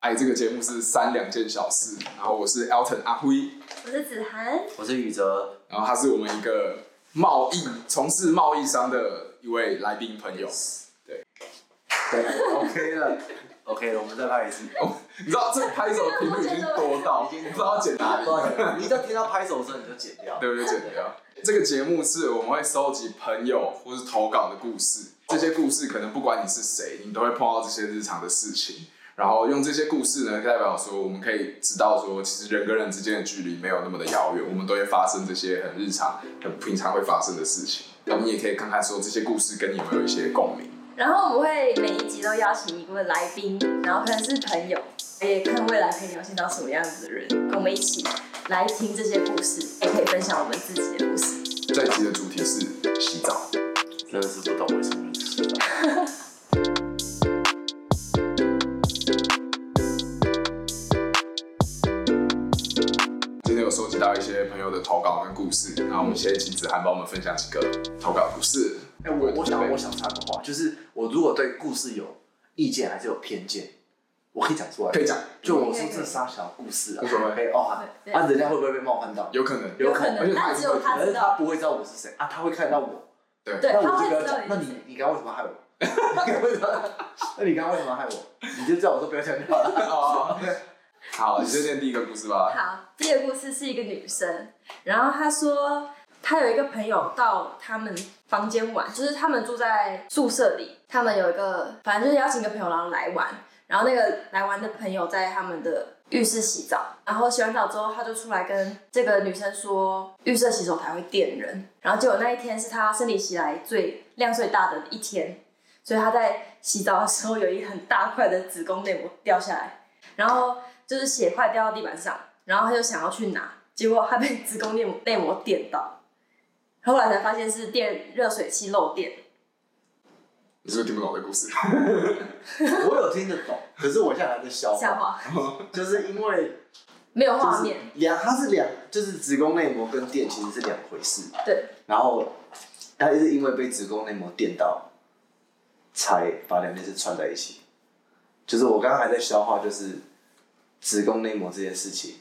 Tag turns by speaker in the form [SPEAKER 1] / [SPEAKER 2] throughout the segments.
[SPEAKER 1] 哎，这个节目是三两件小事，然后我是 Elton 阿辉，
[SPEAKER 2] 我是子涵，
[SPEAKER 3] 我是宇哲，
[SPEAKER 1] 然后他是我们一个贸易从事贸易商的一位来宾朋友。对，
[SPEAKER 3] 对，OK 了，OK 了，我们再拍一次。
[SPEAKER 1] 哦，你知道这个拍手频率已经多到，
[SPEAKER 3] 已经
[SPEAKER 1] 不知道剪哪里，
[SPEAKER 3] 啊你一旦听到拍手声，你就剪掉。
[SPEAKER 1] 对，我就剪掉。这个节目是我们会收集朋友或是投稿的故事，这些故事可能不管你是谁，你都会碰到这些日常的事情。然后用这些故事呢，代表说我们可以知道说，其实人跟人之间的距离没有那么的遥远，我们都会发生这些很日常、很平常会发生的事情。那你也可以看看说这些故事跟你们有一些共鸣。
[SPEAKER 2] 然后我们会每一集都邀请一位来宾，然后可能是朋友，也看未来可以聊些到什么样子的人，跟我们一起来听这些故事，也可以分享我们自己的故事。
[SPEAKER 1] 这一集的主题是洗澡。
[SPEAKER 3] 真的是不懂为什么是这样。
[SPEAKER 1] 哎今天有收集到一些朋友的投稿跟故事，然后我们先请子涵帮我们分享几个投稿故事。
[SPEAKER 3] 哎、我我想我想插个话，就是我如果对故事有意见还是有偏见，我可以讲出来。
[SPEAKER 1] 可以讲，
[SPEAKER 3] 就我说这仨小故事啊，
[SPEAKER 1] 无所谓
[SPEAKER 3] 可以哦，啊
[SPEAKER 2] 对
[SPEAKER 3] 啊，人家会不会被冒犯到？
[SPEAKER 1] 有可能，
[SPEAKER 3] 有可能
[SPEAKER 1] 而且他
[SPEAKER 2] 但只有他
[SPEAKER 3] 可
[SPEAKER 2] 知
[SPEAKER 3] 是他
[SPEAKER 2] 道，
[SPEAKER 3] 不会知道我是谁啊，他会看到我，
[SPEAKER 1] 对
[SPEAKER 2] 对，
[SPEAKER 3] 那
[SPEAKER 2] 他
[SPEAKER 3] 我
[SPEAKER 2] 会
[SPEAKER 3] 就不要
[SPEAKER 2] 知道
[SPEAKER 3] 讲。那
[SPEAKER 2] 你是
[SPEAKER 3] 你你刚刚为什么害我？ 你刚刚为什么那你刚刚为什么害我？你就叫我说不要讲就好了。
[SPEAKER 1] 哦，好，你先念第一个故事吧。
[SPEAKER 2] 好，第二个故事是一个女生，然后她说她有一个朋友到他们房间玩，就是他们住在宿舍里，他们有一个反正就是邀请一个朋友然后来玩，然后那个来玩的朋友在他们的浴室洗澡，然后洗完澡之后，他就出来跟这个女生说浴室洗手台会电人，然后结果那一天是他生理期来最量最大的一天，所以他在洗澡的时候有一很大块的子宫内膜掉下来，然后就是血块掉到地板上，然后他就想要去拿，结果他被子宫内膜内膜电到，后来才发现是电热水器漏电。
[SPEAKER 1] 你是不是听不懂这故事？
[SPEAKER 3] 我有听得懂，可是我现在还在消
[SPEAKER 2] 笑
[SPEAKER 3] 化，
[SPEAKER 1] 啊
[SPEAKER 2] 话，
[SPEAKER 3] 就是因为
[SPEAKER 2] 没有
[SPEAKER 3] 就
[SPEAKER 2] 画
[SPEAKER 3] 是
[SPEAKER 2] 面，
[SPEAKER 3] 两，它是两，就是子宫内膜跟电其实是两回事。
[SPEAKER 2] 对，
[SPEAKER 3] 然后他是因为被子宫内膜电到，才把两件事串在一起。就是我刚刚还在消化，就是子宫内膜这件事情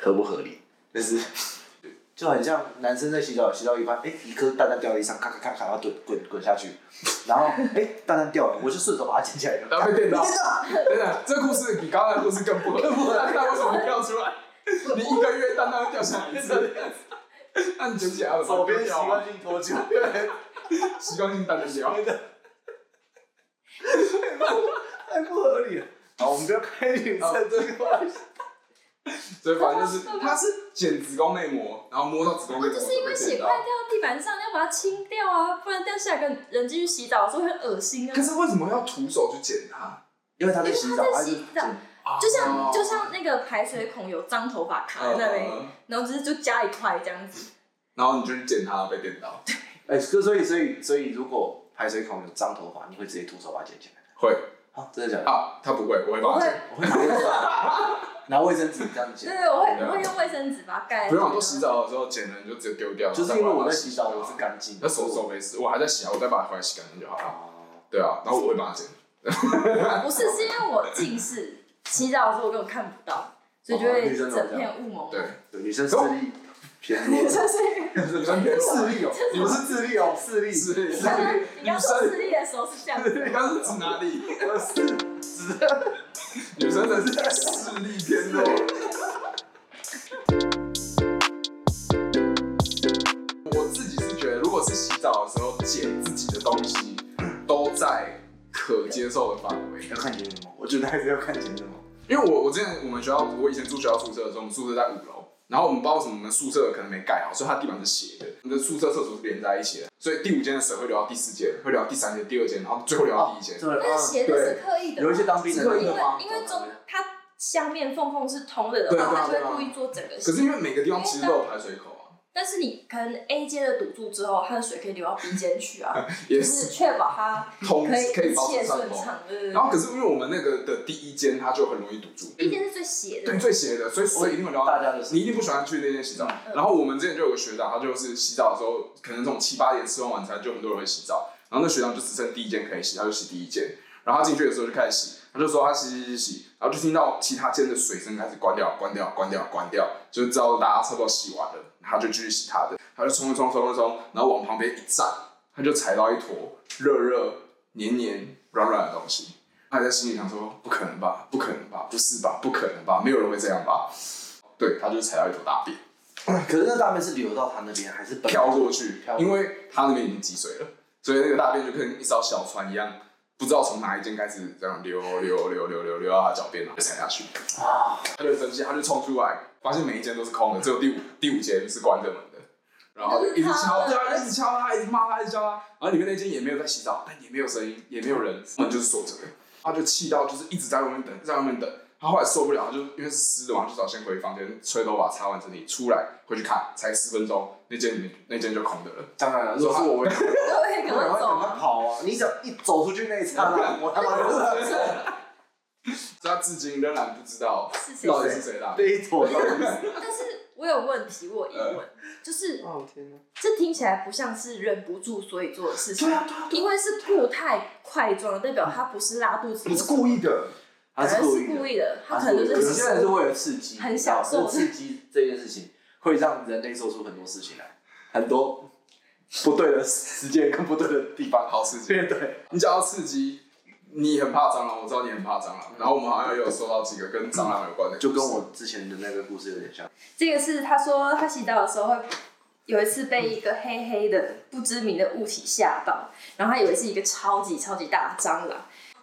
[SPEAKER 3] 合不合理，就是 就很像男生在洗澡，洗到一半，哎、一颗蛋蛋掉地上，咔咔咔咔，然后滚滚滚下去，然后哎、蛋蛋掉了，我就顺手把它捡起来了，
[SPEAKER 1] 然后被电到
[SPEAKER 3] 被电到，
[SPEAKER 1] 等等，这故事比刚才的故事更不合理。那为什么掉出来？你一个月蛋蛋会掉下来一次，那你捡不起来，
[SPEAKER 3] 手边习
[SPEAKER 1] 掉
[SPEAKER 3] 惯
[SPEAKER 1] 啊，
[SPEAKER 3] 性脱臼。
[SPEAKER 1] 习惯性蛋蛋掉。
[SPEAKER 3] 真的，太哎不合理哦了。好，我们不要开女生这个话题。
[SPEAKER 1] 所以反正就是，他是剪子宫内膜，然后摸到子宫内膜，
[SPEAKER 2] 哦就是因为血块掉。到地板上，要把它清掉啊，不然掉下来跟人进去洗澡的时候会很恶心啊
[SPEAKER 1] 可。是为什么要徒手去剪它？
[SPEAKER 3] 因为他在洗澡，啊
[SPEAKER 2] 因为他
[SPEAKER 3] 他
[SPEAKER 2] 在洗
[SPEAKER 3] 就
[SPEAKER 2] 澡就像
[SPEAKER 1] 哦
[SPEAKER 2] 就像那个排水孔有脏头发卡在那里，
[SPEAKER 1] 嗯
[SPEAKER 2] 然后只是就加一块这样子，
[SPEAKER 1] 然后你就去剪它，被电到。
[SPEAKER 3] 哎，所所以所以所以，如果排水孔有脏头发，你会直接徒手把它剪起来？
[SPEAKER 1] 会
[SPEAKER 3] 好，真的假的？
[SPEAKER 1] 啊，他不会，我会
[SPEAKER 2] 我
[SPEAKER 1] 帮他
[SPEAKER 2] 会
[SPEAKER 1] 剪。
[SPEAKER 3] 我会拿卫生拿卫生纸这 样
[SPEAKER 2] 对
[SPEAKER 3] 剪。
[SPEAKER 2] 对，我会
[SPEAKER 1] 对啊
[SPEAKER 2] 我会用卫生纸把它盖。
[SPEAKER 1] 不用，我都洗。澡的时候剪了，你就直接丢掉。
[SPEAKER 3] 就是因为我在洗澡，我是干净的。
[SPEAKER 1] 那手手没事，我还在洗啊，我再把它回来洗干净就好了。
[SPEAKER 3] 哦。
[SPEAKER 1] 对啊，然后我会把它剪。
[SPEAKER 2] 不是，是因为我近视，洗澡的时候我根本看不到，所以就
[SPEAKER 3] 哦
[SPEAKER 2] 会
[SPEAKER 3] 女生都
[SPEAKER 2] 整
[SPEAKER 3] 这样
[SPEAKER 2] 片雾蒙蒙。
[SPEAKER 1] 对，
[SPEAKER 3] 对，女生视力偏 弱。
[SPEAKER 2] 就是
[SPEAKER 1] 女生偏弱，
[SPEAKER 3] 视力哦， 你们是智力哦，视力
[SPEAKER 1] 视力
[SPEAKER 2] 你刚刚你
[SPEAKER 1] 女
[SPEAKER 2] 刚说
[SPEAKER 1] 生
[SPEAKER 2] 视力的时候是这样子，
[SPEAKER 1] 你刚是指哪里？
[SPEAKER 3] 视力。
[SPEAKER 1] 女生的是视力偏弱。我自己是觉得，如果是洗澡的时候剪自己的东西，都在可接受的范围。
[SPEAKER 3] 要看前面吗？我觉得还是要看前面吗？
[SPEAKER 1] 因为我我之前我们学校，我以前住学校宿舍的时候，我们宿舍在五楼，然后我们不知道为什么我们宿舍可能没盖好，所以它地板是斜的，我们的宿舍厕所是连在一起的，所以第五间的水会流到第四间，会流到第三间、第二间，然后最后流到第一间。
[SPEAKER 3] 这个
[SPEAKER 2] 但是斜的是刻意的
[SPEAKER 3] 有一些当兵的
[SPEAKER 2] 因为
[SPEAKER 1] 刻意的
[SPEAKER 3] 吗
[SPEAKER 2] 因为中它下面缝缝是通的
[SPEAKER 1] 对
[SPEAKER 2] 的
[SPEAKER 1] 啊
[SPEAKER 2] 话，它就
[SPEAKER 1] 对
[SPEAKER 2] 会
[SPEAKER 1] 啊对啊
[SPEAKER 2] 故意做整个
[SPEAKER 1] 可
[SPEAKER 2] 形。
[SPEAKER 1] 是因为每个地方其实都有排水口啊，
[SPEAKER 2] 但是你可能 A 间的堵住之后，它的水可以流到 B 间去啊，
[SPEAKER 1] 也
[SPEAKER 2] 就是是确 保它
[SPEAKER 1] 通
[SPEAKER 2] 可以
[SPEAKER 1] 可以
[SPEAKER 2] 一
[SPEAKER 1] 保持
[SPEAKER 2] 切
[SPEAKER 1] 上
[SPEAKER 2] 顺
[SPEAKER 1] 风。
[SPEAKER 2] 畅，对对
[SPEAKER 1] 然后
[SPEAKER 2] 对。
[SPEAKER 1] 可是因为我们那个的第一间它就很容易堵住，
[SPEAKER 2] B 间是最斜的
[SPEAKER 1] 对，，最斜的，所以水一定会流到。
[SPEAKER 3] 大家的
[SPEAKER 1] 你一定不喜欢去那间洗澡。然后我们之前就有个学长，他就是洗澡的时候，可能这种七八点吃完晚餐，就很多人会洗澡。然后那学长就只剩第一间可以洗，他就洗第一间。然后他进去的时候就开始洗，他就说他洗洗洗洗，然后就听到其他间的水声开始关掉、关掉、关掉、关掉，就知道大家差不多洗完了，他就继续洗他的，他就冲一冲、冲一冲，然后往旁边一站，他就踩到一坨热热、黏黏、软软的东西。他还在心里想说：“不可能吧，不可能吧，不是吧，不可能吧，没有人会这样吧？”对，他就踩到一坨大便
[SPEAKER 3] 可是那大便是流到他那边，还是本来
[SPEAKER 1] 飘过去
[SPEAKER 3] 飘，过去
[SPEAKER 1] 因为他那边已经积水了，所以那个大便就跟一艘小船一样，不知道从哪一间开始这样流流流流流流到他脚边，然后就踩下去。
[SPEAKER 3] 啊？
[SPEAKER 1] 他就很生气，他就冲出来，发现每一间都是空的，只有第五第五间是关着门的。然后他就一直敲，对啊，一直敲他，一直骂他，一直敲他。然后里面那间也没有在洗澡，但也没有声音，也没有人，门就是锁着的。他就气到就是一直在外面等，在外面等。他后来受不了，他就因为是湿的嘛，就找先回房间吹头发、擦完整理，出来回去看，才十分钟，那间里面那间就空的了。
[SPEAKER 3] 当然了，如果是我，我也会
[SPEAKER 2] 我也赶
[SPEAKER 3] 我
[SPEAKER 2] 快
[SPEAKER 3] 也会
[SPEAKER 2] 走
[SPEAKER 3] 赶快
[SPEAKER 2] 啊。
[SPEAKER 3] 跑啊！你只要一走出去那一刹那，我他妈就是
[SPEAKER 1] 所 以他至今仍然不知道
[SPEAKER 2] 是谁
[SPEAKER 1] 到底是谁啦。
[SPEAKER 3] 那一坨。
[SPEAKER 2] 但是我有问题，我有疑
[SPEAKER 3] 嗯
[SPEAKER 2] 问，就是
[SPEAKER 3] 哦天哪！
[SPEAKER 2] 这听起来不像是忍不住所以做的事情
[SPEAKER 3] 对，啊对啊，
[SPEAKER 2] 因为是固态块状，代表他不是拉肚子，
[SPEAKER 3] 你是故意的，
[SPEAKER 2] 反
[SPEAKER 3] 还
[SPEAKER 2] 而
[SPEAKER 3] 是
[SPEAKER 2] 是
[SPEAKER 3] 意的
[SPEAKER 2] 故？意的，他
[SPEAKER 3] 他
[SPEAKER 2] 可能就
[SPEAKER 3] 有些人是
[SPEAKER 2] 是
[SPEAKER 3] 为了刺激，
[SPEAKER 2] 很享受
[SPEAKER 3] 你知道这刺激这件事情会让人类做出很多事情来，很多不对的时间跟不对的地方。
[SPEAKER 1] 好刺激。
[SPEAKER 3] 对对，
[SPEAKER 1] 你讲到刺激，你很怕蟑螂，我知道你很怕蟑螂。然后我们好像也有收到几个跟蟑螂有关的，
[SPEAKER 3] 就跟我之前的那个故事有点像。
[SPEAKER 2] 这个是他说他洗澡的时候会有一次被一个黑黑的不知名的物体吓到，然后他以为是一个超级超级大的蟑螂，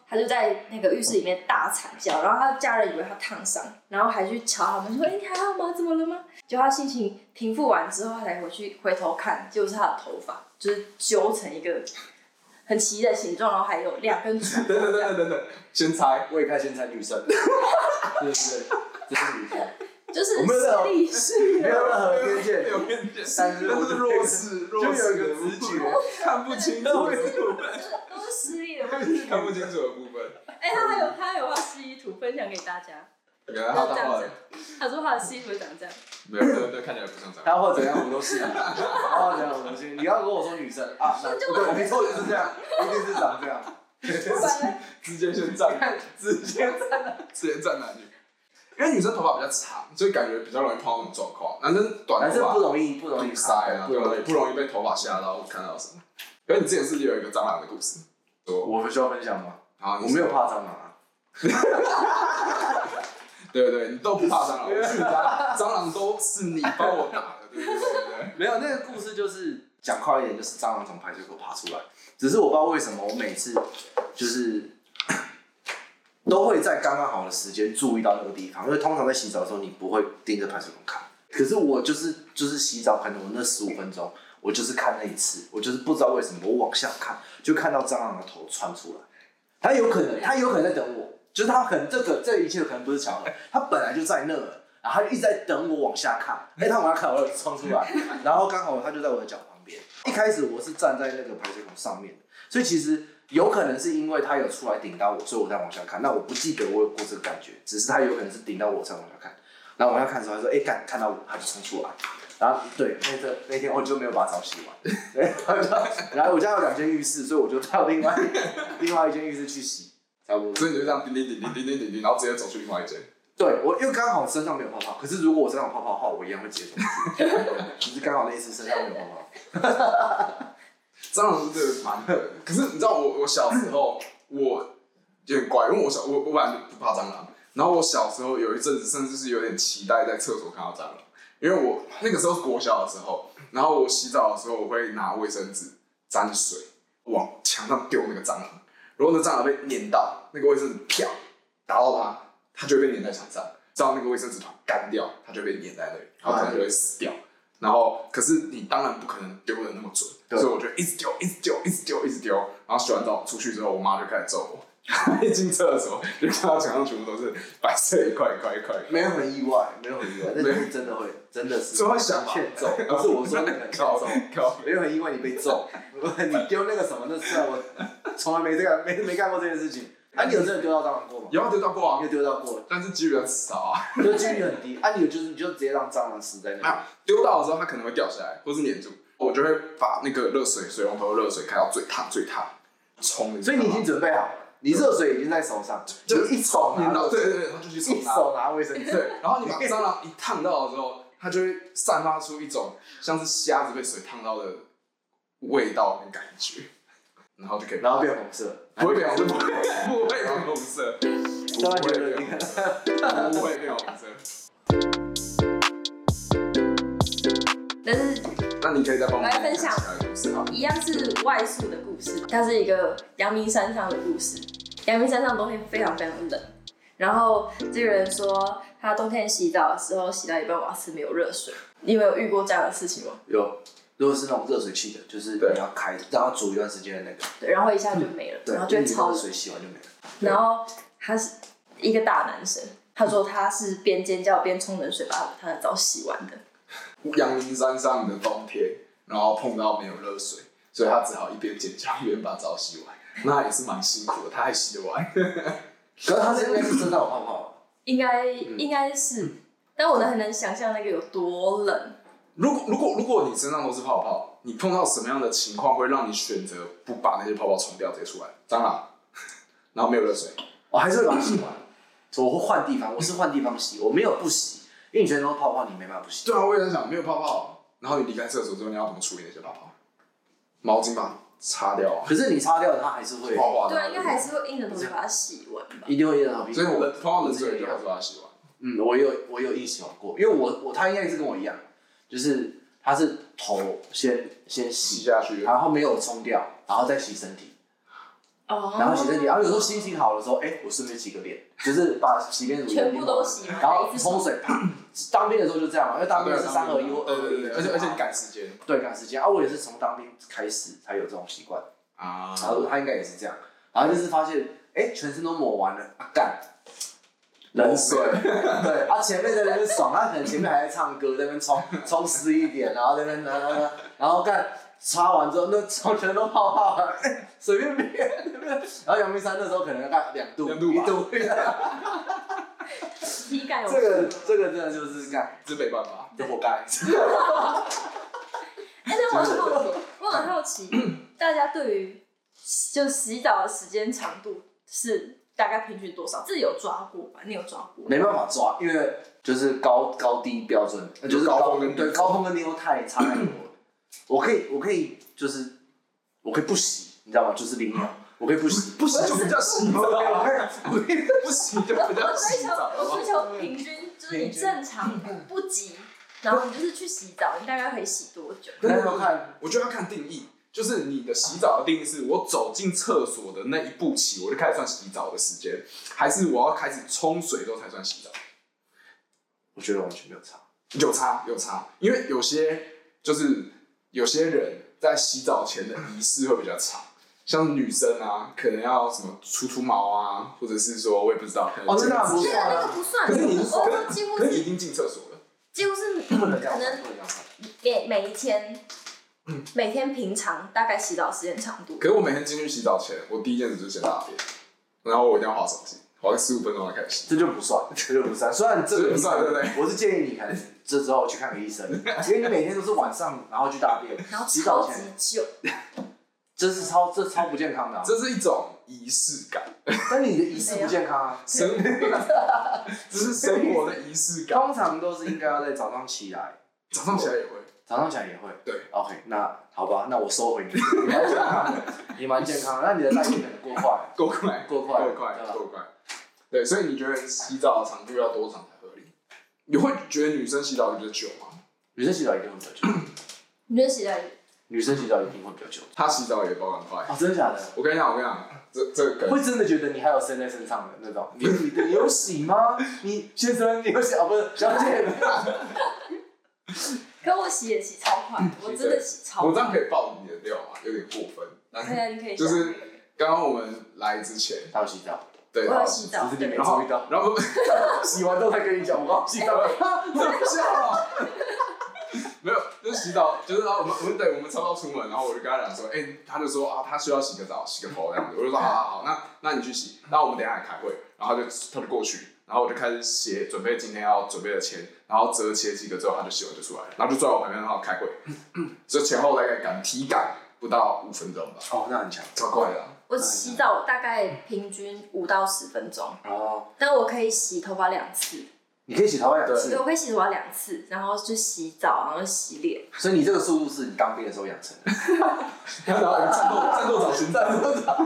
[SPEAKER 2] 他就在那个浴室里面大惨叫，然后他的家人以为他烫伤，然后还去敲他们说：“哎、你还好吗？怎么了吗？” 就他心情平复完之后，他才回去回头看，就是他的头发就是揪成一个很奇异的形状，然后还有两根 柱。
[SPEAKER 1] 等等等等等等，先猜。
[SPEAKER 3] 我也看现在女 生，对不对？这
[SPEAKER 2] 就是
[SPEAKER 3] 是女生，我没有在
[SPEAKER 2] 视力是
[SPEAKER 3] 没有任何偏见
[SPEAKER 1] 没有偏见，
[SPEAKER 3] 但是我
[SPEAKER 1] 那
[SPEAKER 3] 就是
[SPEAKER 1] 弱势，弱
[SPEAKER 3] 就有
[SPEAKER 1] 势
[SPEAKER 3] 一个
[SPEAKER 1] 的
[SPEAKER 3] 直
[SPEAKER 1] 部
[SPEAKER 3] 觉
[SPEAKER 1] 分，看不清楚的部分，
[SPEAKER 2] 都是视力的问题。
[SPEAKER 1] 看不清楚的部分。
[SPEAKER 2] 哎、他还有他还有画示意图分享给大家，
[SPEAKER 1] 原来他
[SPEAKER 2] 这
[SPEAKER 1] 到
[SPEAKER 2] 样
[SPEAKER 1] 了
[SPEAKER 2] 子，他说他的示意图长这样，
[SPEAKER 1] 没有，那那看起来不像蟑螂。
[SPEAKER 3] 他或怎样我都信，他或怎样我都信。你要跟我说女生啊，那不对，我没错就是这样，一定是长这样。
[SPEAKER 1] 直接先站，
[SPEAKER 3] 直接
[SPEAKER 1] 直接站男女。因为女生头发比较长，所以感觉比较容易碰到这种状况。男生短
[SPEAKER 3] 男
[SPEAKER 1] 头
[SPEAKER 3] 生
[SPEAKER 1] 发
[SPEAKER 3] 不容易，不容易
[SPEAKER 1] 堵塞啊，
[SPEAKER 3] 不
[SPEAKER 1] 不
[SPEAKER 3] 容
[SPEAKER 1] 容
[SPEAKER 3] 易
[SPEAKER 1] 易。不容易被头发吓到或看到什么。可是你之前是不是有一个蟑螂的故事？说，
[SPEAKER 3] 我不需要分享吗？
[SPEAKER 1] 然后
[SPEAKER 3] 我没有，怕蟑螂啊。
[SPEAKER 1] 对对，你都不怕蟑螂，我去你家，蟑螂都是你帮我打的，对对对对。
[SPEAKER 3] 没有，那个故事就是讲快一点，就是蟑螂从排水口爬出来。只是我不知道为什么，我每次就是都会在刚刚好的时间注意到那个地方，因为通常在洗澡的时候你不会盯着排水口看。可是我就是就是洗澡，可能我那十五分钟，我就是看那一次，我就是不知道为什么我往下看，就看到蟑螂的头窜出来。它有可能，它有可能在等我，就是它可能这个这一切可能不是巧合，它本来就在那儿，然后它就一直在等我往下看，哎、它往下看，我就冲出来，然后刚好它就在我的脚旁边。一开始我是站在那个排水孔上面的，所以其实有可能是因为它有出来顶到我，所以我在往下看。那我不记得我有过这个感觉，只是它有可能是顶到我才往下看。然后往下看的时候，它说：“哎、看看到我，它就冲出来。”然后对，那这那天我就没有把澡洗完，对，然后然后我家有两间浴室，所以我就到另外另外一间浴室去洗，差不多。
[SPEAKER 1] 所以你就这样叮叮叮叮叮叮叮叮，然后直接走去另外一间。
[SPEAKER 3] 对我，因为刚好身上没有泡泡，可是如果我身上有泡泡的话，我一样会直接冲出 去。只是刚好那一次身上没有泡泡，
[SPEAKER 1] 蟑螂真的蛮恶的，可是你知道我我小时候我有点怪，因为我小我我本来就不怕蟑螂，然后我小时候有一阵子甚至是有点期待在厕所看到蟑螂，因为我那个时候是国小的时候，然后我洗澡的时候我会拿卫生纸沾水往墙上丢那个蟑螂，如果那蟑螂被粘到，那个卫生纸啪打到它，它就会被粘在墙上，直到那个卫生纸团干掉，它就会被粘在那里，然后可能就会死掉。然后，可是你当然不可能丢的那么准，
[SPEAKER 3] 对
[SPEAKER 1] 所以我就一直丢，一直丢，一直丢，一直丢。然后洗完澡出去之后，我妈就开始揍我。 一进厕所就看到墙上全部都是白色一块一块一块。
[SPEAKER 3] 没有很意外，没有很意外，但是真的会，真的是
[SPEAKER 1] 最后想吧
[SPEAKER 3] 欠揍，不是我说那个欠
[SPEAKER 1] 靠
[SPEAKER 3] 揍，
[SPEAKER 1] 靠，
[SPEAKER 3] 没有很意外你被揍， 你丢那个什么，那是啊我从来没这个没没干过这件事情。啊，你有真的丢到蟑螂过吗？
[SPEAKER 1] 有啊丢到过啊，
[SPEAKER 3] 你有丢到过，
[SPEAKER 1] 但是几率比较少啊。
[SPEAKER 3] 就几率很低。啊，你有就是你就直接让蟑螂死在那
[SPEAKER 1] 没有
[SPEAKER 3] 里。
[SPEAKER 1] 丢到的时候，它可能会掉下来，或是粘住。我就会把那个热水水龙头的热水开到最烫最烫，冲。
[SPEAKER 3] 所以你已经准备好了，你热水已经在手上，
[SPEAKER 1] 就
[SPEAKER 3] 就一手
[SPEAKER 1] 你
[SPEAKER 3] 拿
[SPEAKER 1] 拿
[SPEAKER 3] 热
[SPEAKER 1] 对
[SPEAKER 3] 水，
[SPEAKER 1] 对对，然后就去
[SPEAKER 3] 一
[SPEAKER 1] 手拿，
[SPEAKER 3] 手拿卫生纸，
[SPEAKER 1] 对，然后你把蟑螂一烫到的时候，它就会散发出一种像是虾子被水烫到的味道跟感觉，然后就可以
[SPEAKER 3] 然后变红色，
[SPEAKER 1] 不会变红，不会不会变红色，
[SPEAKER 3] 教官觉得你看，
[SPEAKER 1] 不会变红色。
[SPEAKER 2] 但是
[SPEAKER 1] 那你可以再帮我们
[SPEAKER 2] 来分享
[SPEAKER 1] 讲一下故事吗？
[SPEAKER 2] 一样是外宿的故事，它是一个阳明山上的故事。阳明山上冬天非常非常冷，然后这个人说他冬天洗澡的时候洗到一半瓦斯没有热水，你有没有遇过这样的事情吗？
[SPEAKER 3] 有，如果是那种热水器的，就是
[SPEAKER 1] 对
[SPEAKER 3] 你要开，让它煮一段时间的那个，
[SPEAKER 2] 对，然后一下就没了，
[SPEAKER 3] 对，
[SPEAKER 2] 然后就会
[SPEAKER 3] 因为你把
[SPEAKER 2] 超冷。
[SPEAKER 3] 水洗完就没了。
[SPEAKER 2] 然后他是一个大男生，他说他是边尖叫边冲冷水把他的澡洗完的。
[SPEAKER 1] 阳明山上的冬天，然后碰到没有热水，所以他只好一边剪脚一边把澡洗完。那也是蛮辛苦的，他还洗得完。
[SPEAKER 3] 可是它是应该是真的有泡泡吧，
[SPEAKER 2] 应该应该是，但我能很能想象那个有多冷。
[SPEAKER 1] 如果如果如果你身上都是泡泡，你碰到什么样的情况会让你选择不把那些泡泡冲掉直接出来？蟑螂，然后没有热水，
[SPEAKER 3] 我还是会把它洗完。我会换地方，我是换地方洗，我没有不洗，因为你全身都泡泡，你没办法不洗。
[SPEAKER 1] 对啊，我也在想没有泡泡，然后你离开厕所之后你要怎么处理那些泡泡？毛巾把它擦掉啊，
[SPEAKER 3] 可是你擦掉它还是会，
[SPEAKER 1] 泡泡
[SPEAKER 2] 对啊，应该还是会硬着头皮把它洗完吧。
[SPEAKER 3] 一定会印到屁股。
[SPEAKER 1] 所以我们碰到冷水
[SPEAKER 3] 我
[SPEAKER 1] 就
[SPEAKER 3] 之
[SPEAKER 1] 还
[SPEAKER 3] 前
[SPEAKER 1] 是把它洗完。
[SPEAKER 3] 嗯，我有我有一起玩过，因为我我他应该也是跟我一样，就是他是头先先
[SPEAKER 1] 洗
[SPEAKER 3] 洗，
[SPEAKER 1] 下去
[SPEAKER 3] 然后没有冲掉，然后再洗身体，
[SPEAKER 2] 哦
[SPEAKER 3] 然后洗身体，然后有时候心情好的时候，哎、我顺便洗个脸，就是把洗面乳
[SPEAKER 2] 全部都洗完
[SPEAKER 3] 然后冲水啪。当兵的时候就这样嘛，因为当兵是三合一或
[SPEAKER 1] 对
[SPEAKER 3] 二合
[SPEAKER 1] 对
[SPEAKER 3] 一
[SPEAKER 1] 对，
[SPEAKER 3] 的，
[SPEAKER 1] 而且而且你赶时间
[SPEAKER 3] 对赶时间啊，我也是从当兵开始才有这种习惯，
[SPEAKER 1] 啊
[SPEAKER 3] 然后他应该也是这样，然后就是发现，哎、全身都抹完了，啊干，冷水，对，啊前面在那边爽，他可能前面还在唱歌，在那边冲冲湿一点，然后在那边然后然后干擦完之后，那冲全都泡泡了， 随便变，然后阳明山那时候可能干两度，
[SPEAKER 1] 两度吧
[SPEAKER 3] 一度，
[SPEAKER 2] 体感有
[SPEAKER 3] 这个这个真的就是干，
[SPEAKER 1] 这没办法。
[SPEAKER 3] 就活 该。
[SPEAKER 2] 哎，但我很好奇，我很好奇，大家对于就洗澡的时间长度是大概平均多少？自己有抓过吧？你有抓过？
[SPEAKER 3] 没办法抓，因为就是高高低标准，呃就是
[SPEAKER 1] 高峰跟低
[SPEAKER 3] 对高峰跟低峰太差太多了。我可以，我可以，就是我可以不洗，你知道吗？就是零秒，我可以不洗，
[SPEAKER 1] 不行就不叫洗澡，
[SPEAKER 3] 我可以我可以
[SPEAKER 1] 不行就不
[SPEAKER 2] 我
[SPEAKER 1] 叫
[SPEAKER 2] 追
[SPEAKER 1] 洗
[SPEAKER 2] 求，
[SPEAKER 1] 澡
[SPEAKER 2] 我
[SPEAKER 1] 了
[SPEAKER 2] 追求平均，就是你正常不急，然后你就是去洗澡，你大概可以洗多久？
[SPEAKER 3] 那要看，
[SPEAKER 1] 我就要看定义，就是你的洗澡的定义是我走进厕所的那一步起，我就开始算洗澡的时间，还是我要开始冲水之后才算洗澡？
[SPEAKER 3] 我觉得完全没有差。
[SPEAKER 1] 有差有差，因为有些就是有些人在洗澡前的仪式会比较长。像女生啊，可能要什么除除毛啊，或者是说，我也不知道，可能
[SPEAKER 3] 哦那当然不
[SPEAKER 2] 对
[SPEAKER 3] 是
[SPEAKER 2] 啊，那个不算，
[SPEAKER 1] 可是你
[SPEAKER 2] 欧洲几乎
[SPEAKER 1] 可是你已
[SPEAKER 2] 是
[SPEAKER 1] 经进厕所了，
[SPEAKER 2] 几乎是
[SPEAKER 3] 不能这样
[SPEAKER 2] 可
[SPEAKER 3] 玩，
[SPEAKER 2] 能
[SPEAKER 3] 不能这样玩。
[SPEAKER 2] 每每一天，
[SPEAKER 3] 嗯
[SPEAKER 2] 每天平常大概洗澡时间长度
[SPEAKER 1] 可，是我每天进去洗澡前，我第一件事就是先大便，然后我一定要划手机，划个十五分钟才开始洗。
[SPEAKER 3] 这就不算，这就不算。虽然这个
[SPEAKER 1] 这就不算对不对？
[SPEAKER 3] 我是建议你可能这之后去看个医生，因为你每天都是晚上然后去大便，
[SPEAKER 2] 然后
[SPEAKER 3] 洗
[SPEAKER 2] 超
[SPEAKER 3] 澡
[SPEAKER 2] 级
[SPEAKER 3] 前，
[SPEAKER 2] 久，
[SPEAKER 3] 这是超这超不健康 的啊。
[SPEAKER 1] 这是一种仪式感，
[SPEAKER 2] 啊
[SPEAKER 3] 但你的仪式不健康啊。
[SPEAKER 1] 生活，这是生活的仪式 感。
[SPEAKER 3] 通常都是应该要在早上起来，
[SPEAKER 1] 早上起来也会，
[SPEAKER 3] 早上起来也会。
[SPEAKER 1] 对
[SPEAKER 3] ，OK，那好吧，那我收回你，你蛮健康的，你蛮健康的，那你的代谢可能过快，
[SPEAKER 1] 够快，
[SPEAKER 3] 过快，
[SPEAKER 1] 够快
[SPEAKER 3] 对，吧
[SPEAKER 1] 够快。对，所以你觉得洗澡的长度要多长才合理？你会觉得女生洗澡比较久吗？
[SPEAKER 3] 女生洗澡一定会比较久，
[SPEAKER 2] 你觉得洗澡有
[SPEAKER 3] 女生洗澡一定会比较久。
[SPEAKER 1] 她洗澡也包很快。
[SPEAKER 3] 哦，真的假的？
[SPEAKER 1] 我跟你讲，我跟你讲，这这个
[SPEAKER 3] 会真的觉得你还有身在身上的那种？你你你有洗吗？你先生，你有洗哦？不是，小姐，
[SPEAKER 2] 可我洗也洗超快，我真的洗超
[SPEAKER 1] 我这样
[SPEAKER 2] 快。
[SPEAKER 1] 可以爆你的料吗？有点过分。但
[SPEAKER 2] 可以
[SPEAKER 1] 是
[SPEAKER 2] 啊，你可以
[SPEAKER 1] 就
[SPEAKER 2] 想。
[SPEAKER 1] 是刚刚我们来之前，
[SPEAKER 3] 他有洗澡，
[SPEAKER 1] 对，
[SPEAKER 2] 我有洗澡
[SPEAKER 3] 只是你没
[SPEAKER 1] 然后
[SPEAKER 3] 注意到，
[SPEAKER 1] 然后
[SPEAKER 3] 洗完之后才跟你讲，我刚好洗澡了。
[SPEAKER 1] 笑。 没有，就是洗澡，就是然后我们我们对我们差不多出门，然后我就跟他讲说，哎、他就说啊，他需要洗个澡，洗个头这样子。我就说好好好，那那你去洗，那我们等一下来开会。然后他就他就过去，然后我就开始写准备今天要准备的签，然后折切几个之后，他就洗完就出来了，然后就坐在我旁边然后开会，所以前后大概赶体感不到五分钟吧，
[SPEAKER 3] 哦，那很强，
[SPEAKER 1] 超快的啊、
[SPEAKER 2] 我洗澡大概平均五到十分钟，
[SPEAKER 3] 然后
[SPEAKER 2] 但我可以洗头发两次，
[SPEAKER 3] 哦你可以洗头发两
[SPEAKER 2] 对，
[SPEAKER 3] 次，
[SPEAKER 2] 我可以洗头发两次，然后就洗澡，然后洗脸。
[SPEAKER 3] 所以你这个速度是你当兵的时候养成的。
[SPEAKER 1] 然后战斗战斗澡神战斗澡，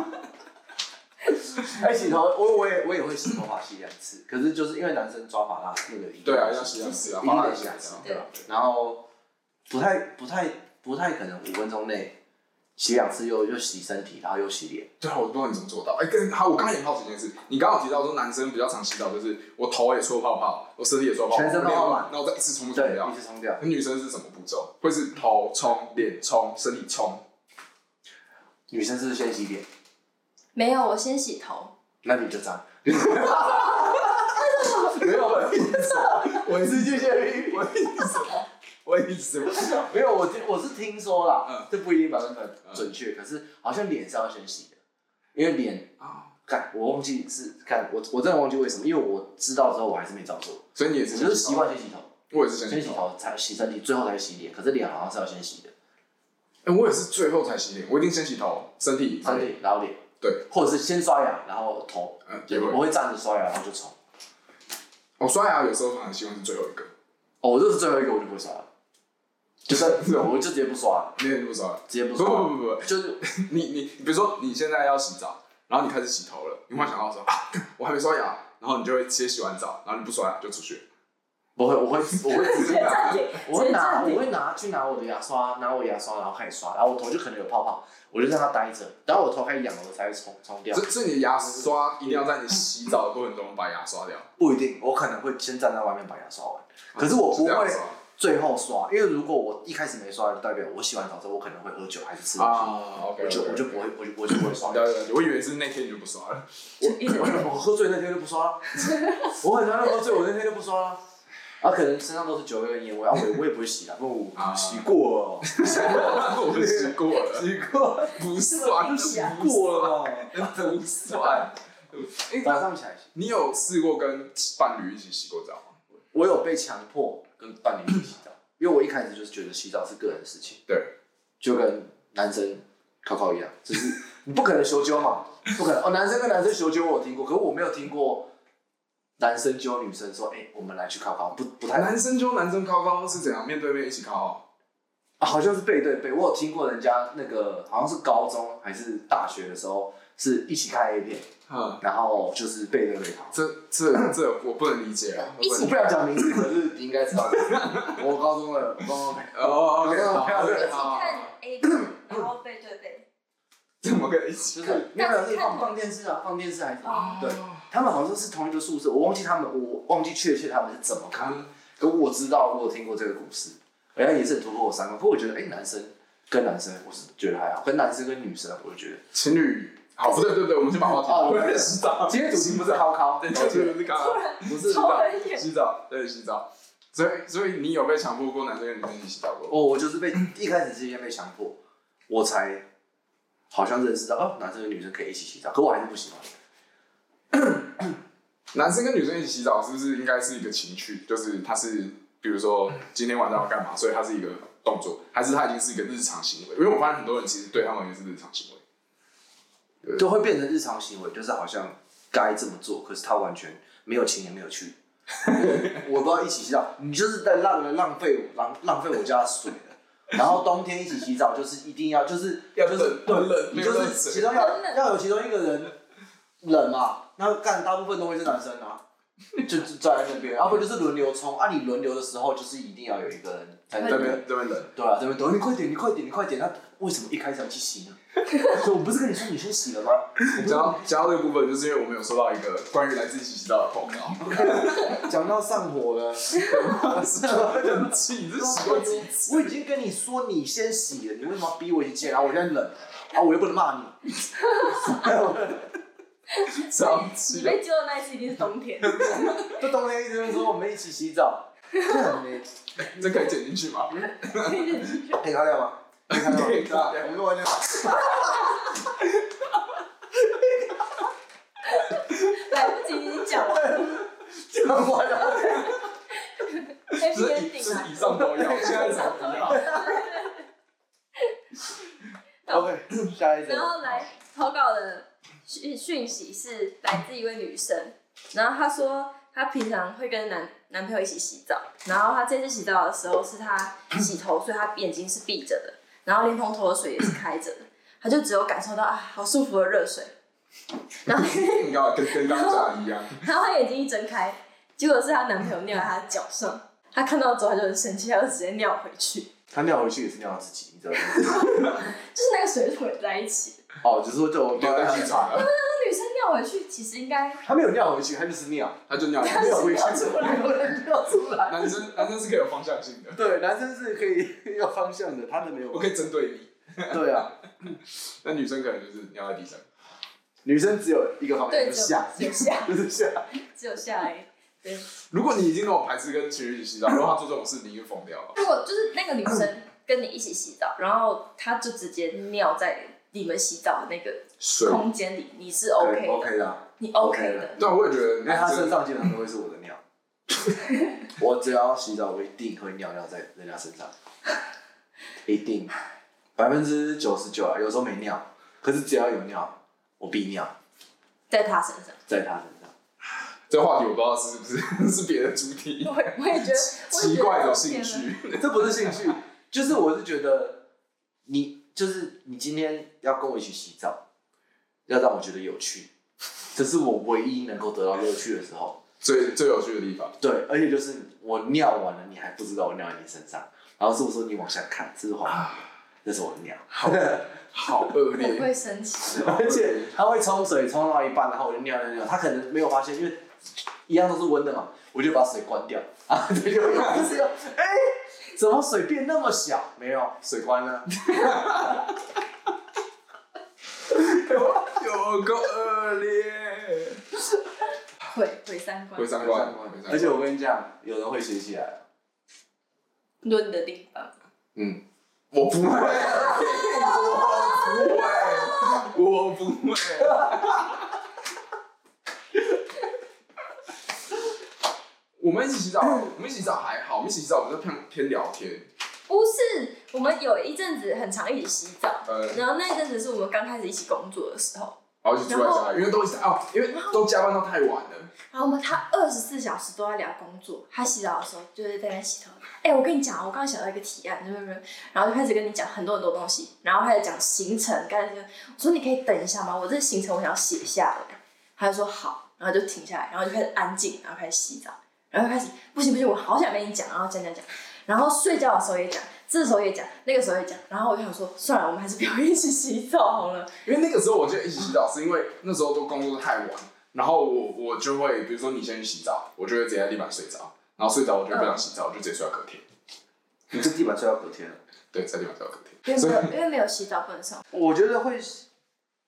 [SPEAKER 3] 哎，洗头，我我也我也会洗头发洗两次，可是就是因为男生抓发蜡那个一定
[SPEAKER 1] 对啊，要洗两次啊，
[SPEAKER 3] 一定
[SPEAKER 1] 发蜡
[SPEAKER 3] 得
[SPEAKER 1] 也
[SPEAKER 3] 洗
[SPEAKER 1] 洗
[SPEAKER 3] 两
[SPEAKER 1] 两
[SPEAKER 3] 次
[SPEAKER 1] 次，，
[SPEAKER 2] 对
[SPEAKER 1] 啊，
[SPEAKER 3] 然后不太不太不太可能五分钟内洗两次又又洗身体，然后又洗脸。
[SPEAKER 1] 对啊，我不知道你怎么做到。哎、跟好，我刚才也好奇一件事，你刚刚有提到说男生比较常洗澡，就是我头也搓泡泡，我身体也搓泡泡，
[SPEAKER 3] 全身泡泡嘛
[SPEAKER 1] 然后再一次冲不冲
[SPEAKER 3] 对，
[SPEAKER 1] 掉
[SPEAKER 3] 一。次冲掉。
[SPEAKER 1] 那女生是什么步骤？会是头冲、脸冲、身体 冲？
[SPEAKER 3] 女生是不是先洗脸，
[SPEAKER 2] 没有，我先洗头，
[SPEAKER 3] 那你就 脏。 没有，
[SPEAKER 1] 我
[SPEAKER 3] 是巨蟹晕。
[SPEAKER 1] 我一直我一直
[SPEAKER 3] 没有，我听我是听说啦，
[SPEAKER 1] 嗯
[SPEAKER 3] 这不一定百分百准确，可是好像脸是要先洗的，因为脸
[SPEAKER 1] 啊，
[SPEAKER 3] 干，我忘记是干，我我真的忘记为什么，因为我知道之后我还是没照做，
[SPEAKER 1] 所以你也
[SPEAKER 3] 只
[SPEAKER 1] 是
[SPEAKER 3] 是习，惯先洗头，
[SPEAKER 1] 我也是
[SPEAKER 3] 先
[SPEAKER 1] 先
[SPEAKER 3] 洗。头才洗身体，最后才洗脸，可是脸好像是要先洗的，
[SPEAKER 1] 哎、我也是最后才洗脸，我一定先洗头、身体、
[SPEAKER 3] 身体然后脸，
[SPEAKER 1] 对，
[SPEAKER 3] 或者是先刷牙然后头，
[SPEAKER 1] 嗯，也
[SPEAKER 3] 对，
[SPEAKER 1] 会
[SPEAKER 3] 我。会站着刷牙然后就冲，
[SPEAKER 1] 我、刷牙啊有时候反而习惯是最后一个，
[SPEAKER 3] 哦，我就是最后一个我就不会刷 了，就是
[SPEAKER 1] 是哦
[SPEAKER 3] 我就直接不刷了，
[SPEAKER 1] 你也不刷了。
[SPEAKER 3] 直接不
[SPEAKER 1] 不
[SPEAKER 3] 刷
[SPEAKER 1] 不
[SPEAKER 3] 了，
[SPEAKER 1] 不不不，
[SPEAKER 3] 就是
[SPEAKER 1] 你你比如说你现在要洗澡，然后你开始洗头了，你会想到说啊，我还没刷牙，然后你就会先洗完澡，然后你不刷牙就出去。
[SPEAKER 3] 不会，我会我会直接
[SPEAKER 2] 直接 暂停，
[SPEAKER 3] 我会
[SPEAKER 2] 直接
[SPEAKER 3] 拿，
[SPEAKER 2] 暂
[SPEAKER 3] 我
[SPEAKER 2] 停。
[SPEAKER 3] 会拿去拿我的牙刷，拿我牙刷，然后开始刷，然后我头就可能有泡泡，我就让它待着，然后我头开始痒了，我才会冲冲掉
[SPEAKER 1] 所。以所以你的牙刷一定要在你洗澡的过程中把牙刷掉。
[SPEAKER 3] 不一定，我可能会先站在外面把牙刷完， 可嗯是我不
[SPEAKER 1] 这样
[SPEAKER 3] 会
[SPEAKER 1] 子
[SPEAKER 3] 最后刷，因为如果我一开始没刷，就代表我洗完澡之后，我可能会喝酒还是吃
[SPEAKER 1] 啊
[SPEAKER 3] 东西，
[SPEAKER 1] 啊，OK，
[SPEAKER 3] 我就我就不会，我就我就不会刷
[SPEAKER 1] 了。解了解，我以为是那天你就不刷了。
[SPEAKER 2] 就一直
[SPEAKER 3] 我我喝醉那天就不刷 了，我很常喝醉，我那天就不刷了。啊，可能身上都是酒味跟烟味，啊，我嗯也我也不会洗 了，不然我
[SPEAKER 1] 啊
[SPEAKER 3] 洗过了，
[SPEAKER 1] 我吃过了，
[SPEAKER 3] 洗过了，
[SPEAKER 1] 不算，
[SPEAKER 2] 洗啊
[SPEAKER 3] 过了，
[SPEAKER 1] 不算。哎，
[SPEAKER 3] 早上起来洗。
[SPEAKER 1] 你有试过跟伴侣一起洗过澡吗？
[SPEAKER 3] 我有被强迫跟伴侣一起洗澡，因为我一开始就是觉得洗澡是个人的事情，
[SPEAKER 1] 对，
[SPEAKER 3] 就跟男生考考一样，就是你不可能修纠嘛，不可能哦。男生跟男生修纠我有听过，可是我没有听过男生揪女生说，哎、我们来去考考，不不太、
[SPEAKER 1] 男生就男生高高是怎样面对面一起高？
[SPEAKER 3] 啊好像是背对背。我有听过人家那个好像是高中还是大学的时候，是一起看 A 片，
[SPEAKER 1] 嗯，
[SPEAKER 3] 然后就是背对背考。
[SPEAKER 1] 这这这我不能理解啊！
[SPEAKER 2] 一
[SPEAKER 3] 我
[SPEAKER 2] 起
[SPEAKER 3] 不想讲名字，可是你应该知道的。我高中的，我高中的
[SPEAKER 1] 哦，OK，好
[SPEAKER 2] 一起
[SPEAKER 1] ，OK，好，
[SPEAKER 2] 看 A 片，然后背对背。
[SPEAKER 1] 怎么个一起
[SPEAKER 3] 就
[SPEAKER 1] 看？
[SPEAKER 3] 是没有没有是放放电视啊，放电视还是什么
[SPEAKER 2] 哦
[SPEAKER 3] 对，他们好像是同一个宿舍，我忘记他们，我忘记确切他们是怎么看的。可我知道，我有听过这个故事，好像也是很突破我三观。可我觉得，哎、男生跟男生，我是觉得还好；跟男生跟女生，我就觉得。
[SPEAKER 1] 情侣，好，不对，对对，我们先把话题。
[SPEAKER 3] 哦
[SPEAKER 1] 我也洗澡，
[SPEAKER 3] 今天主题不是高考，
[SPEAKER 1] 对，就是刚刚。
[SPEAKER 3] 不是
[SPEAKER 1] 洗澡
[SPEAKER 2] 超冷眼，
[SPEAKER 1] 洗澡，对，洗澡。所以，所以你有被强迫过男生跟女生一起洗澡过？
[SPEAKER 3] 哦，我就是被一开始是因为被强迫，我才好像认识到，哦，男生跟女生可以一起洗澡，可我还是不喜欢。
[SPEAKER 1] 男生跟女生一起洗澡是不是应该是一个情趣？就是它是，比如说今天晚上要干嘛，所以它是一个动作，还是它已经是一个日常行为？因为我发现很多人其实对他们也是日常行为。
[SPEAKER 3] 就会变成日常行为，就是好像该这么做，可是他完全没有情也没有趣。 我不知道一起洗澡，你就是在浪浪费我浪浪费我家的水了。然后冬天一起洗澡，就是一定要就是
[SPEAKER 1] 要
[SPEAKER 3] 就是
[SPEAKER 1] 冷很冷
[SPEAKER 3] 你
[SPEAKER 1] 没
[SPEAKER 3] 就
[SPEAKER 1] 有
[SPEAKER 3] 是
[SPEAKER 1] 热水
[SPEAKER 3] 其中要要有其中一个人冷嘛，那干大部分都会是男生啊，就就站在那边，要不就是轮流冲啊。你轮流的时候，就是一定要有一个人在那
[SPEAKER 1] 这
[SPEAKER 3] 边
[SPEAKER 1] 边这边冷，
[SPEAKER 3] 对啊，这边等你快点，你快点，你快点！那为什么一开始要去洗呢？ 我不是跟你说你先洗了吗？
[SPEAKER 1] 讲到讲到这个部分，就是因为我们有收到一个关于来自一起洗澡的投稿，
[SPEAKER 3] 讲到上火了，
[SPEAKER 1] 很气，这洗过几次？
[SPEAKER 3] 我已经跟你说你先洗了，你为什么要逼我去接？然后我现在冷，啊，我又不能骂你，
[SPEAKER 1] 超
[SPEAKER 2] 你
[SPEAKER 1] 气！
[SPEAKER 2] 被揪的那一次一定是冬天，
[SPEAKER 3] 这冬天一直说我们一起洗澡，看你，
[SPEAKER 1] 这可以剪进去吗？
[SPEAKER 3] 可以看掉吗？可以看掉吗
[SPEAKER 1] 可以看掉
[SPEAKER 3] 我们完全
[SPEAKER 2] 来不及已经讲了
[SPEAKER 3] 讲完了，
[SPEAKER 2] ，Happy
[SPEAKER 1] 是以
[SPEAKER 2] Ending
[SPEAKER 1] 是
[SPEAKER 2] 啊。
[SPEAKER 1] 以上 都要，现在才不要。
[SPEAKER 3] OK，下一则，
[SPEAKER 2] 然后来投稿的讯讯息是来自一位女生，然后她说她平常会跟男男朋友一起洗澡，然后她这次洗澡的时候是她洗头，所以她眼睛是闭着的，然后淋蓬头的水也是开着的，她就只有感受到啊好舒服的热水，然后
[SPEAKER 1] 你刚跟跟刚讲的一样，
[SPEAKER 2] 然后她眼睛一睁开，结果是她男朋友尿在她脚上，她看到之后她就很生气，她就直接尿回去，就
[SPEAKER 3] 他尿回去也是尿到自己，你知道吗？
[SPEAKER 2] 是那个水是混在一起的。
[SPEAKER 3] 哦，只是说就
[SPEAKER 1] 尿在气喘了，
[SPEAKER 2] 那女生尿回去其实应该
[SPEAKER 3] 他没有尿回去，他就是尿，
[SPEAKER 1] 他就尿。
[SPEAKER 3] 尿回去出来，尿出来。
[SPEAKER 1] 男生男生是可以有方向性的，
[SPEAKER 3] 对，男生是可以有方向的，他的没
[SPEAKER 1] 我
[SPEAKER 3] 有。
[SPEAKER 1] 可以针对你。
[SPEAKER 3] 对啊，
[SPEAKER 1] 那女生可能就是尿在地上，
[SPEAKER 3] 女生只有一个方向，
[SPEAKER 2] 对
[SPEAKER 3] 就是下，
[SPEAKER 2] 只有只有下
[SPEAKER 3] 就是下。
[SPEAKER 2] 只有下来。对，
[SPEAKER 1] 如果你已经那种排斥跟情侣一起洗澡，如果他做这种事，你就疯掉了。
[SPEAKER 2] 如果就是那个女生跟你一起洗澡，然后她就直接尿在你们洗澡的那个
[SPEAKER 1] 水
[SPEAKER 2] 空间里，你是 OK
[SPEAKER 3] 对
[SPEAKER 2] 的
[SPEAKER 3] OK 的，
[SPEAKER 2] 你
[SPEAKER 3] OK
[SPEAKER 2] OK
[SPEAKER 3] 的
[SPEAKER 2] 的。
[SPEAKER 1] 对，啊我也觉得
[SPEAKER 3] 因为他
[SPEAKER 1] 男
[SPEAKER 3] 身
[SPEAKER 1] 生
[SPEAKER 3] 上经常都会是我的尿。我只要洗澡，我一定会尿尿在人家身上，一定百分之九十九啊，有时候没尿，可是只要有尿，我必尿
[SPEAKER 2] 在她身上，
[SPEAKER 3] 在他身上。
[SPEAKER 1] 这话题我不知道是不是 是别的主题，
[SPEAKER 2] 我也我也觉得我也觉得
[SPEAKER 1] 奇怪的
[SPEAKER 2] 这
[SPEAKER 1] 兴
[SPEAKER 2] 种片呢
[SPEAKER 1] 趣。
[SPEAKER 3] 这不是兴趣，就是我是觉得你就是你今天要跟我一起洗澡，要让我觉得有趣，这是我唯一能够得到乐趣的时候。
[SPEAKER 1] 最最有趣的地方，
[SPEAKER 3] 对，而且就是我尿完了，你还不知道我尿在你身上，然后是不是你往下看，这是黄的，那是我的尿，
[SPEAKER 1] 好恶
[SPEAKER 2] 我
[SPEAKER 1] 劣。
[SPEAKER 2] 会生气。
[SPEAKER 3] 而且它会冲水冲到一半，然后我就尿尿尿，它可能没有发现，因为一样都是温的嘛，我就把水关掉 啊，这就就是要哎。怎么水变那么小？没有，水关了。
[SPEAKER 1] 有够恶劣。
[SPEAKER 2] 毁毁三观
[SPEAKER 1] 回，三观，回三观
[SPEAKER 3] 而且我跟你讲，有人会学啊起来。
[SPEAKER 2] 论的地方。
[SPEAKER 3] 嗯，
[SPEAKER 1] 我不会，我不会，我不会。我们一起洗澡，我们一起洗澡还好，我们一起洗澡我们就偏偏聊天。
[SPEAKER 2] 不是，我们有一阵子很常一起洗澡，
[SPEAKER 1] 呃，
[SPEAKER 2] 然后那一阵子是我们刚开始一起工作的时候，
[SPEAKER 1] 然后一起住在家里，因为都一起哦，因为都加班到太晚了。
[SPEAKER 2] 然后我们他二十四小时都在聊工作，他洗澡的时候就是在那边洗头。哎、我跟你讲啊，我刚刚想到一个提案，就是然后就开始跟你讲很多很多东西，然后开始讲行程，开始就我说你可以等一下吗？我这行程我想要写下来。他就说好，然后就停下来，然后就开始安静，然后开始洗澡，然后开始不行不行，我好想跟你讲，然后讲讲讲，然后睡觉的时候也讲，这时候也讲，那个时候也讲，然后我就想说算了，我们还是不要一起洗澡好了。
[SPEAKER 1] 因为那个时候我就一起洗澡，是因为那时候都工作太晚，然后我我就会，比如说你先去洗澡，我就会直接在地板睡着，然后睡着我就不想洗澡，我就直接睡到隔天。
[SPEAKER 3] 你这地板睡到隔天了。
[SPEAKER 1] 对，在地板睡到隔天。
[SPEAKER 2] 因为没有，因为没有洗澡不能上。
[SPEAKER 3] 我觉得会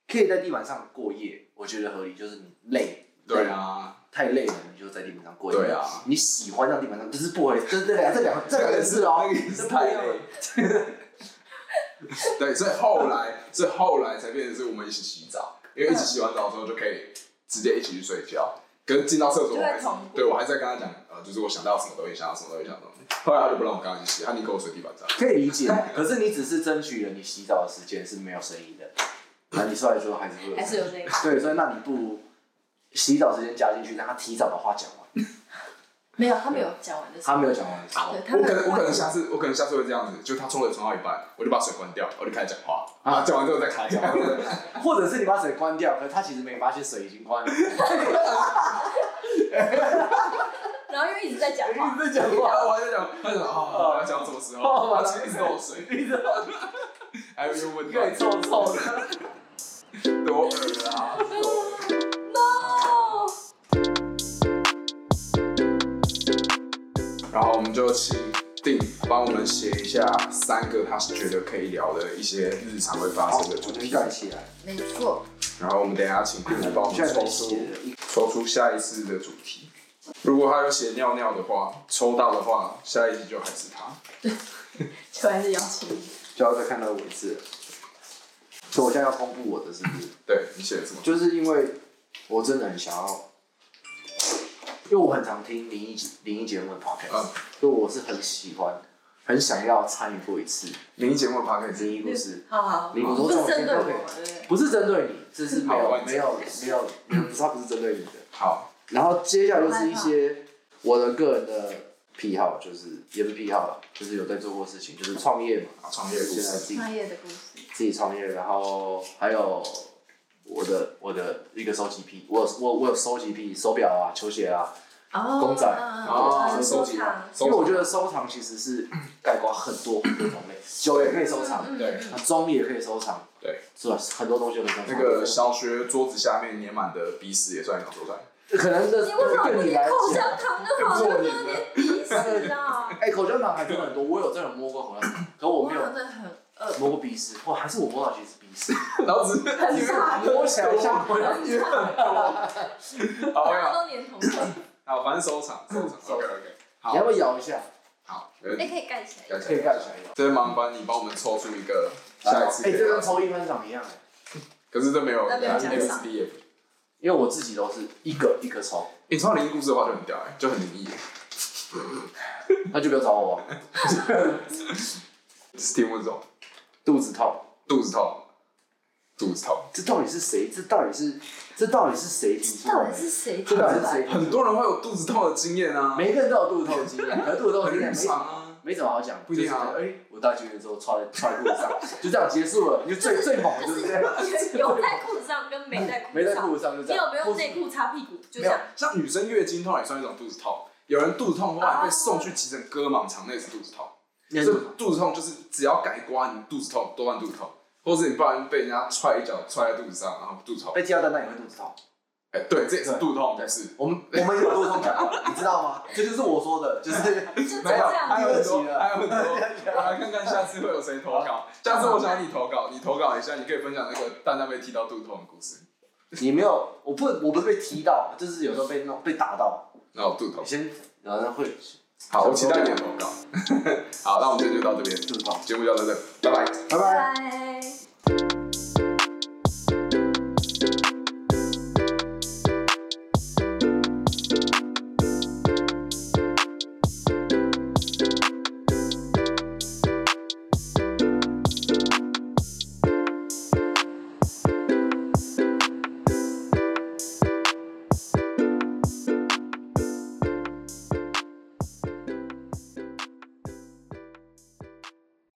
[SPEAKER 3] 可以在地板上过夜，我觉得合理。就是你累，
[SPEAKER 1] 对，啊，
[SPEAKER 3] 太累了，你就在地板上过夜。
[SPEAKER 1] 对啊，
[SPEAKER 3] 你喜欢上地板上，这是不会，这这两这两这两个字 哦，这不一样的。
[SPEAKER 1] 对，所以后来，所以后来才变成是我们一起洗澡，因为一起洗完澡之后就可以直接一起去睡觉。可是进到厕所，我还是
[SPEAKER 2] 就会同步
[SPEAKER 1] 对我还是在跟他讲，呃，就是我想到什么东西，想到什么东西，想到什么东西。后来他就不让我跟他一起洗，他宁可我睡地板上。
[SPEAKER 3] 可以理 解，可是你只是争取了你洗澡的时间是没有声音的，那你出来之后还是会有声音，
[SPEAKER 2] 还是有声音
[SPEAKER 3] 对，所以那你不如洗澡时间加进去，让他提早把话讲完。
[SPEAKER 2] 没有，他没有讲完的时
[SPEAKER 3] 他
[SPEAKER 2] 候，
[SPEAKER 3] 没有讲完的时候
[SPEAKER 2] 对，他
[SPEAKER 1] 我
[SPEAKER 2] 没
[SPEAKER 1] 可
[SPEAKER 2] 有
[SPEAKER 1] 能
[SPEAKER 2] 讲
[SPEAKER 1] 我
[SPEAKER 2] 完
[SPEAKER 1] 可能下次我可能下次会这样子，就他冲水冲到一半，我就把水关掉，我就开始讲话，啊，讲完之后再开。
[SPEAKER 3] 或者是你把水关掉，可是他其实没发现水已经关了，
[SPEAKER 2] 然后又一直在讲话。
[SPEAKER 3] 在讲
[SPEAKER 1] 我还我还在讲，他讲啊，我要讲到什么时候？他其实一直漏水，
[SPEAKER 3] 你知道，
[SPEAKER 1] 还有哦一个温
[SPEAKER 3] 越来
[SPEAKER 1] 度
[SPEAKER 3] 越臭臭的。
[SPEAKER 1] 多恶啊！
[SPEAKER 2] No。
[SPEAKER 1] 然后我们就请定帮我们写一下三个他觉得可以聊的一些日常会发生的主题。
[SPEAKER 3] 起来，
[SPEAKER 2] 没错，
[SPEAKER 1] 然后我们等一下请定来帮我
[SPEAKER 3] 现
[SPEAKER 1] 们
[SPEAKER 3] 在
[SPEAKER 1] 抽
[SPEAKER 3] 才写
[SPEAKER 1] 出
[SPEAKER 3] 了一
[SPEAKER 1] 抽出下一次的主题。如果他有写尿尿的话，抽到的话，下一集就还是他。
[SPEAKER 2] 就还是邀请你。
[SPEAKER 3] 就要再看到文字了，所以我现在要公布我的是不是？
[SPEAKER 1] 对你写的什么？
[SPEAKER 3] 就是因为我真的很想要，
[SPEAKER 1] 啊
[SPEAKER 3] 因为我很常听灵异灵异节目的 podcast，、
[SPEAKER 1] 嗯
[SPEAKER 3] 所以我是很喜欢很想要参与过一次
[SPEAKER 1] 灵异节目的 p o d c a
[SPEAKER 3] 灵异故事。
[SPEAKER 2] 好好，
[SPEAKER 3] 灵异故
[SPEAKER 2] 不
[SPEAKER 3] 事，
[SPEAKER 2] 是
[SPEAKER 3] 我先
[SPEAKER 2] 针对
[SPEAKER 3] 都
[SPEAKER 2] 我
[SPEAKER 3] 可以
[SPEAKER 2] 嘛，对不对？
[SPEAKER 3] 不是针对你，这是没
[SPEAKER 1] 好
[SPEAKER 3] 有
[SPEAKER 1] 完整
[SPEAKER 3] 没有没有没有，它不是针对你的。
[SPEAKER 1] 好，
[SPEAKER 3] 然后接下来就是一些我的个人的癖好，就是也不是癖好了，就是有在做过事情，就是创业嘛，
[SPEAKER 1] 好创业故
[SPEAKER 3] 现在
[SPEAKER 1] 事，
[SPEAKER 3] 自己
[SPEAKER 2] 创业的故事，
[SPEAKER 3] 自己创业，然后还有我的我的一个收集癖，我有我我有收集癖，手表啊、球鞋啊，
[SPEAKER 2] 哦，
[SPEAKER 3] 公仔
[SPEAKER 1] 哦
[SPEAKER 2] 嗯嗯
[SPEAKER 1] 收
[SPEAKER 2] 收
[SPEAKER 1] 集
[SPEAKER 2] 藏，
[SPEAKER 3] 因
[SPEAKER 1] 收
[SPEAKER 3] 为我
[SPEAKER 1] 藏
[SPEAKER 3] 觉得收藏其实是概括很多很多种类，酒也可以收藏，
[SPEAKER 2] 嗯嗯
[SPEAKER 1] 对
[SPEAKER 3] 那钟也可以收藏，
[SPEAKER 1] 嗯对，
[SPEAKER 3] 是吧？很多东西都可以收藏。
[SPEAKER 1] 那个小学桌子下面粘满的鼻屎也算一种收藏。
[SPEAKER 3] 可能这
[SPEAKER 2] 你为什么不
[SPEAKER 3] 对你
[SPEAKER 2] 连
[SPEAKER 3] 来
[SPEAKER 2] 口
[SPEAKER 3] 讲，
[SPEAKER 2] 香糖都好，
[SPEAKER 1] 做
[SPEAKER 2] 就
[SPEAKER 1] 你
[SPEAKER 2] 是
[SPEAKER 1] 的
[SPEAKER 2] 连鼻屎啊，
[SPEAKER 3] 哎，口香糖还真的很多，我有这种摸过口香糖，可我
[SPEAKER 2] 我
[SPEAKER 3] 没
[SPEAKER 2] 好
[SPEAKER 3] 有
[SPEAKER 2] 像真的很饿，
[SPEAKER 3] 摸过鼻屎，哇，还是我摸到其实是鼻 屎，
[SPEAKER 1] 然后只是
[SPEAKER 2] 很差，
[SPEAKER 3] 摸起来像
[SPEAKER 1] 我要你很多。好，没
[SPEAKER 2] 大家
[SPEAKER 1] 有，
[SPEAKER 2] 都连同款，
[SPEAKER 1] 好，反正收藏，嗯收藏，OK OK，好
[SPEAKER 3] 你要不要咬一下？
[SPEAKER 1] 好，
[SPEAKER 2] 哎，可以盖起来，
[SPEAKER 1] 感
[SPEAKER 3] 可以
[SPEAKER 1] 谢，
[SPEAKER 3] 盖起来咬。
[SPEAKER 1] 这麻烦你帮我们抽出一个下一次可
[SPEAKER 3] 哎，
[SPEAKER 1] 以
[SPEAKER 3] 这
[SPEAKER 1] 聊
[SPEAKER 3] 跟。抽一分赏一样哎，
[SPEAKER 1] 可是这没有
[SPEAKER 2] 那没有奖
[SPEAKER 1] A B
[SPEAKER 2] 赏
[SPEAKER 1] C D F。
[SPEAKER 3] 因为我自己都是一个一个抽，
[SPEAKER 1] 你创灵异故事的话就很屌哎，就很灵异。
[SPEAKER 3] 那就不要找我啊了，
[SPEAKER 1] 是题目是什么？
[SPEAKER 3] 肚子痛。
[SPEAKER 1] 肚子痛，肚子痛。
[SPEAKER 3] 这到底是谁？这到底是这到底是谁提出
[SPEAKER 2] 到
[SPEAKER 3] 来
[SPEAKER 2] 底
[SPEAKER 3] 的？
[SPEAKER 2] 是谁提
[SPEAKER 3] 这
[SPEAKER 2] 出
[SPEAKER 3] 到底啊是
[SPEAKER 2] 来
[SPEAKER 3] 谁
[SPEAKER 2] 的？
[SPEAKER 3] 提出来的？
[SPEAKER 1] 很多人会有肚子痛的经验啊，
[SPEAKER 3] 每一个人都有肚子痛的经验，可是肚子痛的
[SPEAKER 1] 很
[SPEAKER 3] 经验
[SPEAKER 1] 日
[SPEAKER 3] 没
[SPEAKER 1] 常啊。
[SPEAKER 3] 没什么好讲，
[SPEAKER 1] 不一定啊
[SPEAKER 3] 就是哎，我大学的时候穿穿裤子上，就这样结束了，你就最最猛的就是这样，
[SPEAKER 2] 有在裤子上跟没在裤
[SPEAKER 3] 没
[SPEAKER 2] 子
[SPEAKER 3] 在
[SPEAKER 2] 上，
[SPEAKER 3] 裤子上就
[SPEAKER 2] 你
[SPEAKER 3] 这样。
[SPEAKER 2] 有没有内裤擦屁股？
[SPEAKER 1] 没
[SPEAKER 2] 就这
[SPEAKER 1] 有
[SPEAKER 2] 样，，
[SPEAKER 1] 像女生月经痛也算一种肚子痛。有人肚子痛的话，被送去急诊割盲肠，那也是肚子痛。
[SPEAKER 3] 你
[SPEAKER 1] 这
[SPEAKER 3] 是
[SPEAKER 1] 肚子痛就是只要改刮，你肚子痛都算肚子痛，或是你不然被人家踹一脚踹在肚子上，然后肚子痛。
[SPEAKER 3] 被踢到蛋蛋也会肚子痛。
[SPEAKER 1] 哎，对，这也是肚子痛，
[SPEAKER 3] 对
[SPEAKER 1] 但是
[SPEAKER 3] 我们我们有肚子痛讲了，你知道吗？这就是我说的，就是
[SPEAKER 2] 就就这
[SPEAKER 1] 没有，
[SPEAKER 2] 样
[SPEAKER 1] 还
[SPEAKER 2] 子。
[SPEAKER 1] 有很
[SPEAKER 3] 第二
[SPEAKER 1] 多，
[SPEAKER 3] 集了
[SPEAKER 1] 还有很多。我来看看下次会有谁投稿。下次我想你投稿，你投稿一下，你可以分享那个蛋蛋被踢到肚子痛的故事。
[SPEAKER 3] 你没有，我不我不是被踢到，就是有时候被弄被打到，
[SPEAKER 1] 那我肚子痛
[SPEAKER 3] 有。些然后会
[SPEAKER 1] 好，我期待 你的投稿。好，那我们今天就到这边，
[SPEAKER 3] 肚子痛。
[SPEAKER 1] 节目就到这，拜拜。
[SPEAKER 3] 拜拜。
[SPEAKER 2] 拜。